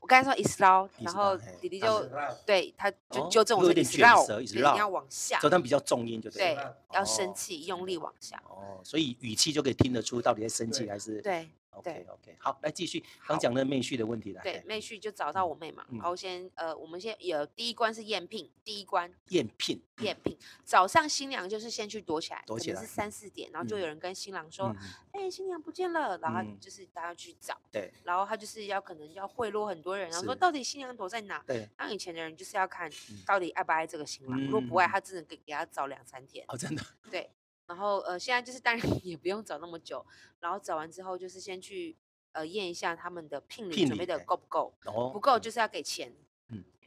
C: 我刚才说 Islam，
A: 伊
C: 然
A: 斯拉
C: 后
A: 嘿
C: 弟弟
A: 哎他是
C: 就对他
A: 哦
C: 就纠正我
A: 有
C: 说
A: 点卷
C: Islam，
A: 舌
C: 对
A: Islam
C: 你要往下
A: 所，以他们比较重音，就
C: 对
A: 了，
C: 要生
A: 哦
C: 气，用力往下，
A: 哦，所以语气就可以听得出到底在生气还是。
C: 对。
A: OK
C: 对
A: OK，好，来继续刚
C: 好
A: 讲的妹婿的问题了。
C: 对
A: 嘿，
C: 妹婿就找到我妹嘛，
A: 哎嗯
C: 然后先呃，我们先有第一关是验聘，第一关
A: 宴聘，
C: 验聘，早上新娘就是先去躲起来，
A: 躲
C: 可
A: 起
C: 能
A: 来
C: 是三四点，然后就
A: 嗯
C: 有人跟新郎说
A: 嗯，，嗯
C: 哎、新娘不见了，然后他
A: 嗯
C: 就是大家去找，
A: 对
C: 然后他就是要可能要贿赂很多人，然后说
A: 是
C: 到底新娘躲在哪？
A: 对，
C: 那以前的人就是要看
A: 嗯
C: 到底爱不爱这个新郎，如果不爱，
A: 嗯
C: 他只能给给他找两三天。
A: 哦，真的，
C: 对，然后呃，现在就是当然 也不用找那么久，然后找完之后就是先去呃验一下他们的聘礼
A: 聘
C: 准备
A: 礼
C: 的
A: 哎
C: 够不够，
A: 哦，
C: 不够
A: 嗯
C: 就是要给钱。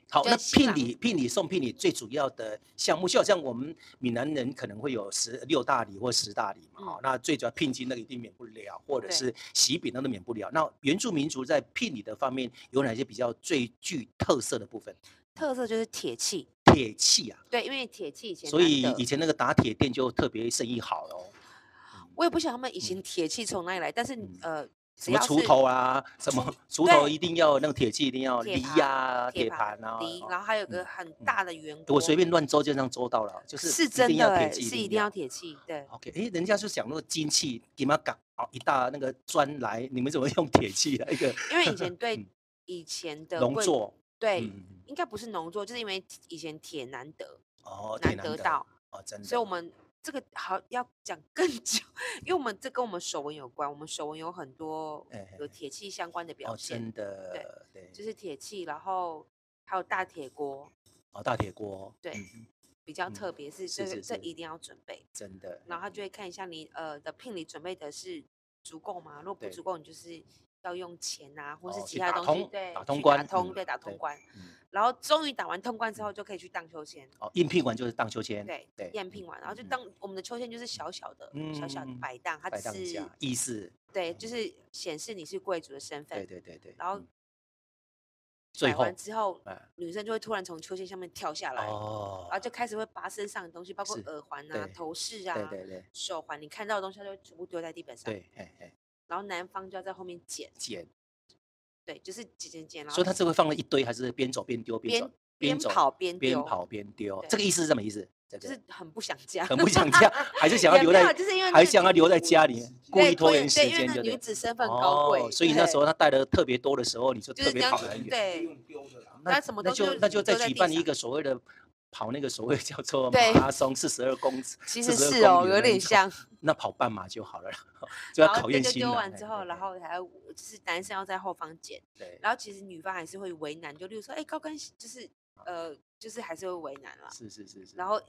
A: 好。
C: 就
A: 那
C: 新
A: 聘
C: 郎
A: 礼、聘礼送聘礼最主要的项目，就好像我们闽南人可能会有十六大礼或十大礼嘛，哈、
C: 嗯
A: 那最主要聘金那个一定免不了，或者
C: 对
A: 是喜饼那都免不了。那原住民族在聘礼的方面有哪些比较最具特色的部分？
C: 特色就是铁器，
A: 铁器啊，
C: 对，因为铁器以前
A: 所
C: 难
A: 以
C: 得
A: 以前那个打铁店就特别生意好哦。
C: 我也不晓得他们以前铁器从哪里来，但是
A: 嗯
C: 呃，
A: 什
C: 只
A: 么
C: 要
A: 锄
C: 是
A: 头啊，什么锄头
C: 对
A: 一定要那个铁器一定要
C: 铁
A: 犁
C: 盘
A: 呀、铁
C: 盘
A: 盘啊。
C: 梨
A: 哦
C: 然后还有个
A: 嗯
C: 很
A: 嗯
C: 大的圆锅。
A: 我随便乱周就这样周到了，就是
C: 是
A: 一
C: 真
A: 定
C: 的
A: 要
C: 哎、
A: 铁器，
C: 是一定要。铁器，对，
A: OK，哎，人家就讲那个金器，给嘛搞一大那个砖来，你们怎么用铁器来一个
C: 因为以 前对
A: 嗯
C: 以前 的
A: 农
C: 贵
A: 作？
C: 对，
A: 嗯，嗯
C: 应该不是农作，就是因为以前铁难得，
A: 哦，
C: 难
A: 铁
C: 得到，
A: 哦，真的。
C: 所以我们这个好要讲更久，因为我们这跟我们手文有关，我们手文有很多
A: 哎哎
C: 有铁器相关的表
A: 哦，
C: 现，
A: 真的对，
C: 就是铁器，然后还有大铁锅
A: 哦，大铁锅，
C: 对
A: 嗯嗯
C: 比较
A: 嗯
C: 特别，
A: 是
C: 是这
A: 是
C: 个这
A: 是
C: 一定要准备。
A: 真的。嗯
C: 然后他就会看一下你呃的聘礼准备的是足够吗？如果不
A: 对
C: 足够，你就是要用钱啊，或是
A: 哦
C: 其
A: 去
C: 他
A: 打
C: 东西，
A: 通
C: 对，
A: 打
C: 去
A: 通关
C: 打通，
A: 嗯
C: 对，打
A: 对
C: 通关。
A: 嗯
C: 然后终于打完通关之后，就可以去荡秋千，
A: 哦，应聘完就是荡秋千，
C: 对，
A: 嗯对，
C: 验聘完，然后就
A: 嗯
C: 当我们的秋千就是小小的、小小的
A: 嗯
C: 摆荡，它
A: 摆荡
C: 只
A: 一
C: 是
A: 下，意思，
C: 对，就是显示你是贵族的身份。
A: 对对对对。
C: 然
A: 嗯
C: 后
A: 最
C: 摆
A: 后
C: 完，之后，
A: 哎，
C: 女生就会突然从秋千上面跳下来，
A: 哦
C: 然，后就开始会拔身上的东西，包括
A: 是
C: 耳环啊
A: 对、
C: 头饰
A: 对
C: 啊、
A: 对对
C: 手环，你看到的东西，她就会全部丢在地板上。
A: 对，哎哎，
C: 然后男方就要在后面捡，
A: 捡，
C: 对，就是捡捡捡，然
A: 所以
C: 后
A: 他是会放了一堆，还是边走边丢，边走
C: 边边
A: 走
C: 跑边
A: 边
C: 丢，
A: 跑边丢，
C: 对
A: 这个意思是什么意思？这
C: 就
A: 个
C: 是很不想 家，
A: 很不想家，还是想要
C: 也
A: 留
C: 没有
A: 在，
C: 就是因为那
A: 还
C: 个
A: 想要留在家里，故
C: 对
A: 意拖延时
C: 对因为
A: 间
C: 那
A: 就
C: 女
A: 对。哦
C: 子身份高贵，
A: 所以那时候
C: 对
A: 他带的特别多的时候，你就
C: 就
A: 特
C: 是
A: 别
C: 这样
A: 跑
C: 子
A: 来远。
C: 对，
A: 那
C: 那什么
A: 那
C: 东西
A: 就
C: 就
A: 那就再
C: 丢在
A: 举
C: 地
A: 办一
C: 上
A: 个所谓的跑那个所谓叫做马
C: 对
A: 拉松四十二公尺，
C: 其实
A: 42
C: 是哦，
A: 公里的
C: 有
A: 那
C: 点
A: 一种
C: 像。
A: 那跑半马就好了啦， 就
C: 然
A: 要
C: 后
A: 考验
C: 就
A: 心
C: 丢
A: 了
C: 完
A: 哎
C: 之后，
A: 对
C: 然后还要就是男生要在后方捡，
A: 对，
C: 然后其实女方还是会为难，就例如说，哎，高跟鞋就是呃，就是还是会为难啦。
A: 是是是是，
C: 然后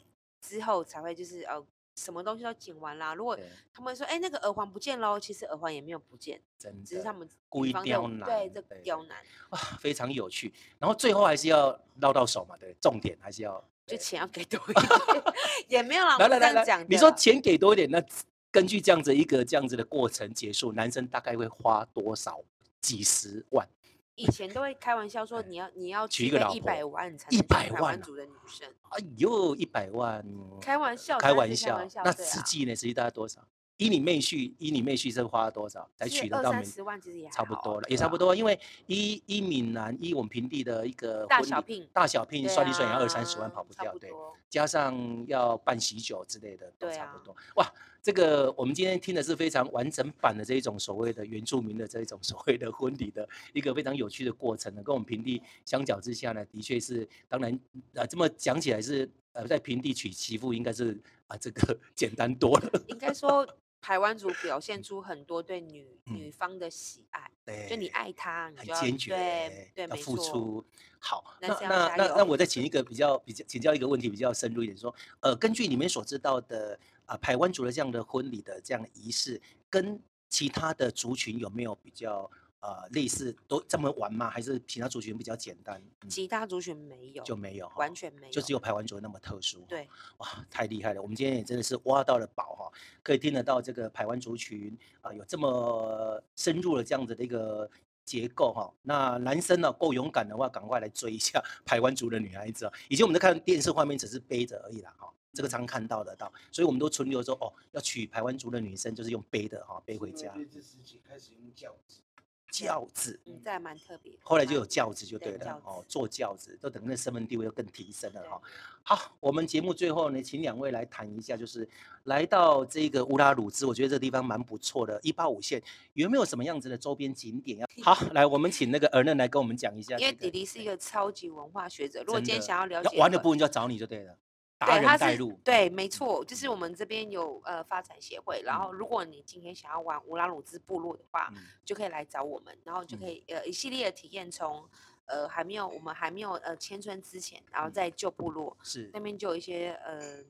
C: 之后才会就是呃，什么东西都捡完啦。如果
A: 对
C: 他们说，哎，那个耳环不见喽，其实耳环也没有不见，
A: 真
C: 只是他
A: 的
C: 们
A: 故
C: 女
A: 意
C: 方在
A: 刁
C: 我对
A: 难
C: 这
A: 对
C: 刁难，
A: 哇非常有趣。然后最后还是要捞到手嘛，对，重点还是要
C: 就
A: 对
C: 钱要给多一点， 也没有啦，我
A: 来
C: 不
A: 来
C: 是这
A: 来
C: 样
A: 来
C: 讲，
A: 你说
C: 的
A: 钱给多一点，那根据这样子一个这样子的过程结束，男生大概会花多少？几十万，
C: 以前都会开玩笑说
A: 哎
C: 你要你要
A: 娶一个
C: 具备
A: 老
C: 一
A: 婆
C: 百万才
A: 100
C: 能娶台
A: 万
C: 湾
A: 啊
C: 族的女生，
A: 哎呦，一百万，
C: 开玩笑，
A: 哦开
C: 当然
A: 玩
C: 是开
A: 笑
C: 玩笑，
A: 那
C: 对
A: 实
C: 啊，
A: 际呢？实际大概多少？依你妹婿，依你妹婿这花了多少才
C: 其实
A: 取得
C: 二
A: 到
C: 三
A: 门？
C: 十万其实也还
A: 差不
C: 好啊
A: 多了，
C: 对
A: 也差
C: 啊
A: 不多啊。因为依依闽南依我们平地的一个
C: 大
A: 婚
C: 小
A: 礼
C: 聘
A: 大小聘
C: 对
A: 算一算也要二三十
C: 啊
A: 万跑不
C: 差
A: 掉，
C: 不
A: 对。
C: 多
A: 加上要办喜酒之类的，都
C: 对
A: 差
C: 啊
A: 不多。哇，这个我们今天听的是非常完整版的这一种所谓的原住民的这一种所谓的婚礼的一个非常有趣的过程呢，跟我们平地相较之下呢，的确是，当然啊、呃这么讲起来是呃，在平地娶媳妇应该是啊、这个 简单多了。
C: 应该说，台湾族表 现出很多对女
A: 嗯
C: 女方的喜爱，
A: 对
C: 就你爱她，你
A: 哎很
C: 就要
A: 坚决，
C: 对对，
A: 要
C: 没
A: 付
C: 错。
A: 出。好，那
C: 男生要
A: 那
C: 加
A: 那
C: 油
A: 那我再请一个比较比较请教一个问题比较深入一点，说，呃，根据你们所知道的啊、台湾族的这样的婚礼的这样的仪式，跟其他的族群有没有比较呃类似都这么玩吗？还是其他族群比较简单？嗯
C: 其他族群没有，
A: 就没有哈，
C: 完全没有，
A: 就只有排湾族那么特殊。
C: 对，
A: 哇，太厉害了！我们今天也真的是挖到了宝哈、可以听得到这个排湾族群啊、有这么深入的这样子的一个结构哈、那男生呢、够勇敢的话，赶快来追一下 排湾族的女孩子啊！以前我们在看电视画面只是背着而已啦哈、这个常看到得到，所以我们都存留说哦，要娶排湾族的女生就是用背的哈、背
C: 嗯
A: 回家
D: 这时期开始用教子，
A: 轿子。
C: 嗯，这还蛮特别的。
A: 后来就
C: 蛮
A: 有轿子就
C: 嗯对
A: 对了
C: 轿
A: 哦，
C: 子
A: 坐轿子都等那身份地位又更提升了
C: 对
A: 哈、好，我们节目最后呢，请两位来谈一下，就是来到这个乌拉鲁兹，我觉得这地方蛮不错的，一八五线有没有什么样子的周边景点要？好，来，我们请那个尔嫩来跟我们讲一下这
C: 因
A: 个。
C: 为迪迪是一
A: 对
C: 个超级文化学者，如果
A: 真
C: 今天
A: 的
C: 想要了
A: 要
C: 解
A: 玩的
C: 和
A: 部分就要找你就对了，达
C: 对，
A: 人
C: 它是
A: 带路。
C: 对，没错，就是我们这边有呃发展协会，然
A: 嗯
C: 后如果你今天想要玩乌拉鲁兹部落的话，
A: 嗯
C: 就可以来找我们，然后就可
A: 嗯
C: 以呃一系列的体验从。呃，还没有，我们还没有呃迁村之前，然后
A: 嗯
C: 在旧部落
A: 是
C: 那边就有一些呃，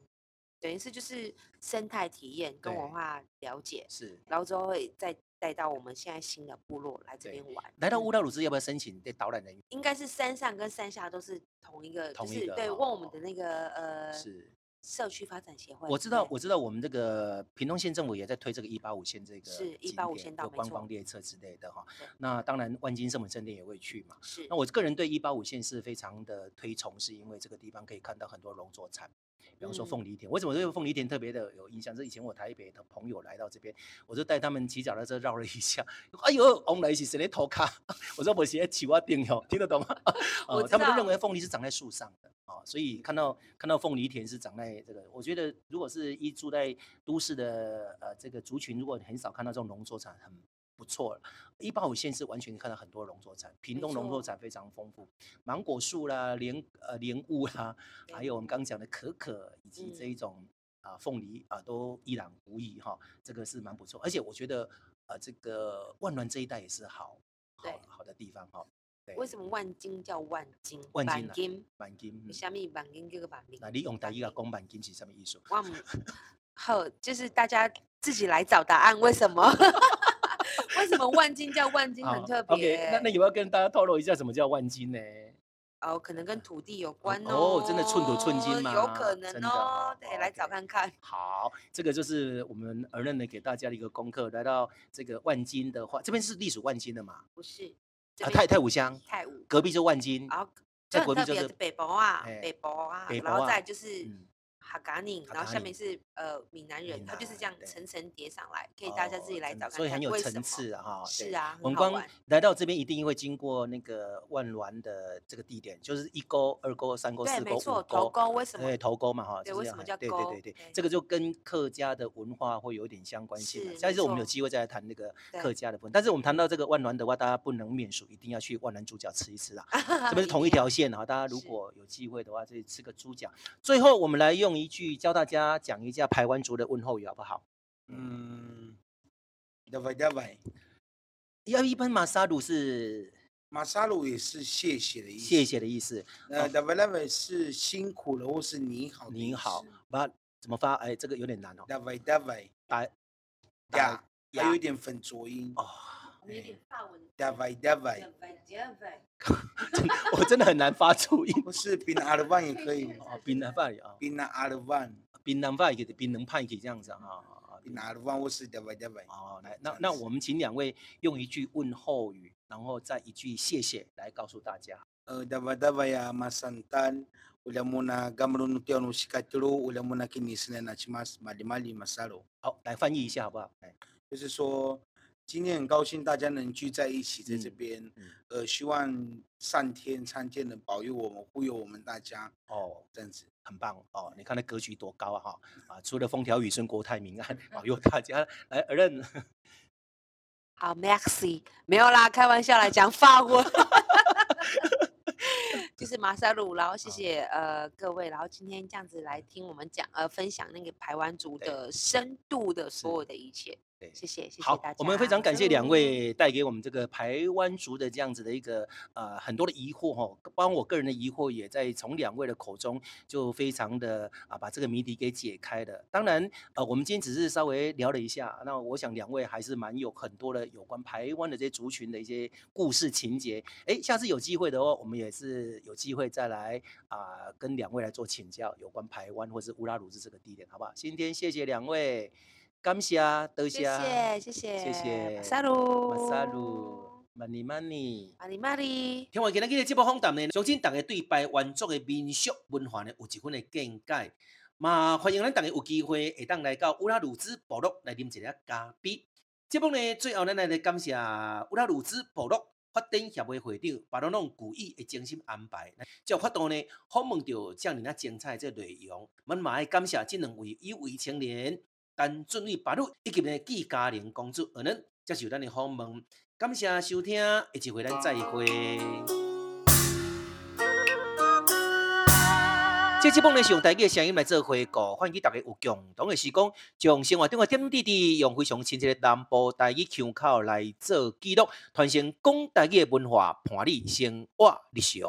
C: 等于是就是生态体验跟文
A: 对
C: 化了解，
A: 是。
C: 然后之后会再带到我们现在新的部落来这
A: 对
C: 边玩。
A: 来到
C: 嗯
A: 乌拉鲁兹要不要申请对导览人员？
C: 应该是山上跟山下都是同一个，
A: 同一
C: 就是
A: 个
C: 对，
A: 哦
C: 问我们
A: 哦
C: 的那个呃
A: 是，
C: 社区发展协会。
A: 我知道，
C: 对
A: 我知道，我们这个屏东县政府也在推这个一八五线这个
C: 是
A: 景
C: 185
A: 点
C: 县道
A: 有
C: 没
A: 观
C: 错
A: 光列车之类的哈
C: 对。
A: 那当然，万金圣母圣殿也会去嘛。
C: 是
A: 那我个人对一八五线是非常的推崇，是因为这个地方可以看到很多农作产，比方说
C: 嗯
A: 凤梨田。为什么对凤梨田特别的有印象？是以前我台北的朋友来到这边，我就带他们骑脚踏车绕了一下，哎呦，红来是谁的头卡？ 我说我写起蛙顶哟，听得懂吗？
C: 我
A: 呃，
C: 知
A: 他们都认
C: 道
A: 为凤梨是长在树上的啊、所以看到看到凤梨田是长在这个，我觉得如果是一住在都市的呃这个族群，如果很少看到这种农作产，很不错了。一八五线是完全看到很多农作产，屏
C: 没
A: 东农作
C: 错
A: 产非常丰富，芒果树啦、莲呃莲雾啦，还
C: 莲
A: 有我们刚讲的可可以及这
C: 嗯
A: 一种啊凤梨啊都一览无遗哈，这个是蛮不错。而且我觉得呃这个万峦这一带也是好
C: 对
A: 好好的地方哈。对
C: 为什么万金叫万金？
A: 万
C: 板
A: 金啊
C: 金，
A: 万金？嗯
C: 虾米板金这个板金？
A: 那你用台
C: 板
A: 语来
C: 金
A: 讲万金是什么意思？
C: 我唔 好，就是大家自己来找答案，为什么？ 为什么万金叫万金很
A: 好
C: 特
A: 啊 OK，
C: 别？
A: 那那有没有跟大家透露一下什么叫万金呢？
C: 哦，可能跟土地有关
A: 哦真的寸土寸金
C: 有
A: 吗
C: 可能
A: 真的
C: 哦
A: 哦，
C: 对，来找
A: OK
C: 看看。
A: 好，这个就是我们儿嫩呢给大家的一个功课。来到这个万金的话，这边是隶属万金的嘛？
C: 不是，这
A: 啊，
C: 边
A: 太
C: 是
A: 太武乡，
C: 泰武，
A: 隔壁就万金，
C: 然后
A: 在
C: 就
A: 国
C: 很
A: 壁就
C: 特别
A: 是
C: 的北部啊，
A: 哎
C: 北部啊
A: 北，
C: 然
A: 部
C: 后再
A: 啊
C: 就是
A: 嗯
C: 哈嘎宁，
A: 哈
C: 然后
A: 嘎
C: 下
A: 宁
C: 面是呃闽南人，
A: 闽
C: 他就是
A: 南
C: 这样
A: 对
C: 层层叠上来，可以大家自
A: 哦
C: 己来
A: 真
C: 找
A: 的
C: 看看，
A: 所以很有
C: 为什
A: 层
C: 么
A: 次啊哈。
C: 是
A: 对。
C: 啊，
A: 我
C: 很
A: 们
C: 好
A: 光
C: 玩，
A: 来到这边一定会经过那个万峦的这个地点，就是一沟、二沟、三沟、
C: 对，
A: 四沟、
C: 没错，
A: 五沟，
C: 头沟为什么
A: 对，？头沟嘛哈。就
C: 对
A: 是
C: 为
A: 这
C: 什么
A: 样
C: 叫
A: 对
C: 沟
A: 对对对，这
C: 对
A: 个就跟客家的文化会有点相关性了。
C: 是
A: 下一
C: 没
A: 次我们有
C: 错
A: 机会再来谈那个客
C: 对
A: 家的部分。但是我们谈到这个万峦的话，大家不能免俗，一定要去万峦猪脚吃一吃啊。这边是同一
C: 定 要
A: 条线哈，大家如
C: 是
A: 果有机会的话，这吃个猪脚。最后，我们来用一句教大家讲一下台湾族的问候语好不好？
D: 嗯，要不要不，
A: 要一般马萨鲁是
D: 马萨鲁也是谢谢的意思。
A: 谢。哦谢的意思，
D: 那 d a v a l a v 是辛苦了，或是你好。
A: 您好。，把怎么发？哎，这个有点难哦。
D: d a v a d a v
A: 打
D: 呀，还
A: 呀
D: 有一点粉浊音。
A: 哦，
C: 有点法文的
D: d a v a d a v。
A: 真的我真的很难发出音
D: 或是 bin a r v a n 也可以
A: 哦，槟榔派啊，
D: ，bin a r v a n
A: 槟榔派给槟榔派给这样子啊啊。啊
D: bin a r v a n 或是 d a v a d a v
A: 哦，来，那那我们请两位用一句问候语，然后再一句谢谢来告诉大家。
D: 呃，dava dava ya masantan ule muna gamru nutio nushikatiru ule muna kinisine na chimas malimali masaro，
A: 好，来翻译一下好不好？哎，
D: 就是说今天很高兴大家能聚在一起，在这
A: 嗯
D: 边，
A: 嗯
D: 呃，希望上天上天能保佑我们，护佑我们大家
A: 哦，
D: 这样子。
A: 很棒哦！你看那格局多高啊哈！啊，除了风调雨顺、国泰民安，保佑大家。来， 尔任，
C: 好，Maxi 没有啦，开玩笑来讲法文， 就是马萨鲁，然后谢
A: 好
C: 谢呃各位，然后今天这样子来听我们讲呃分享那个台湾族
A: 对
C: 的深度的所
A: 是
C: 有的一切，
A: 对
C: 谢谢谢谢
A: 好
C: 大家，，嗯
A: 我们非常感谢两
C: Hello
A: 位带给我们这个台湾族的这样子的一个呃很多的疑惑哦，包括我个人的疑惑也在从两位的口中就非常的啊把这个谜底给解开了。当然，呃，我们今天只是稍微聊了一下，那我想两位还是蛮有很多的有关台湾的这些族群的一些故事情节。哎，下次有机会的话，我们也是有机会再来啊、跟两位来做请教有关台湾或是乌拉鲁斯这个地点，好不好？今天谢谢两位，感谢，啊多
C: 谢谢谢
A: 谢
C: 谢
A: 谢，
C: 马萨鲁，
A: 马萨鲁，money money。
C: 马里马里，
A: 听完今日嘅节目访谈呢，相信大家对台湾族嘅民俗文化呢有一份嘅见解。嘛，欢迎咱大家有机会会当来到乌拉鲁兹部落来啉一下咖啡。节目呢，最后咱来来感谢乌拉鲁兹部落发展协会会长巴罗弄古意嘅精心安排，才有法度呢访问到这样啊精彩嘅内容。咱嘛要感谢这两位有为青年陈俊伟巴鲁以及呢季嘉玲公主，而恁接受咱嘅访问。感谢收听，下一回咱再会。这节目呢是用大家的声音来做回顾，唤起大家有共同的时光，将生活中的点点滴滴用非常亲切的南部台语腔口来做记录，传承讲台语的文化，伴你生活日常。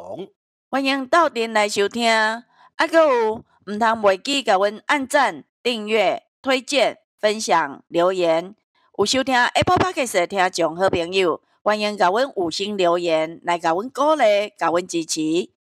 E: 欢迎到店来收听，啊，搁有毋通袂记甲阮按赞、订阅、推荐、分享、留言。有收听 Apple Podcast 的听众好朋友，欢迎甲阮五星留言来甲阮鼓励、甲阮支持，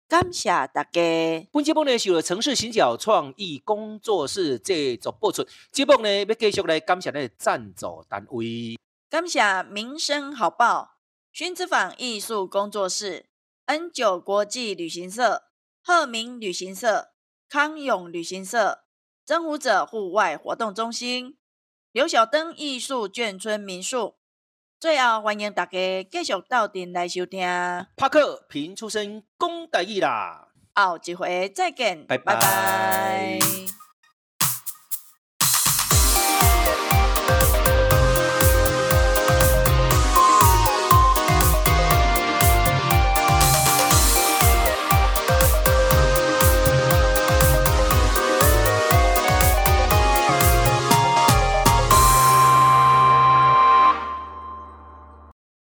E: 感谢大家。
A: 本节目呢是由城市行脚创意工作室制作播出。节目呢要继续来感谢咱的赞助单位。
E: 感谢民生好报、薰之坊艺术工作室、N 九国际旅行社、鹤鸣旅行社、康永旅行社、征服者户外活动中心、刘晓灯艺术眷村民宿。最后，欢迎大家继续到店来收听，
A: 帕克凭出身讲台语啦。
E: 后一回再见，
A: 拜拜
E: 拜拜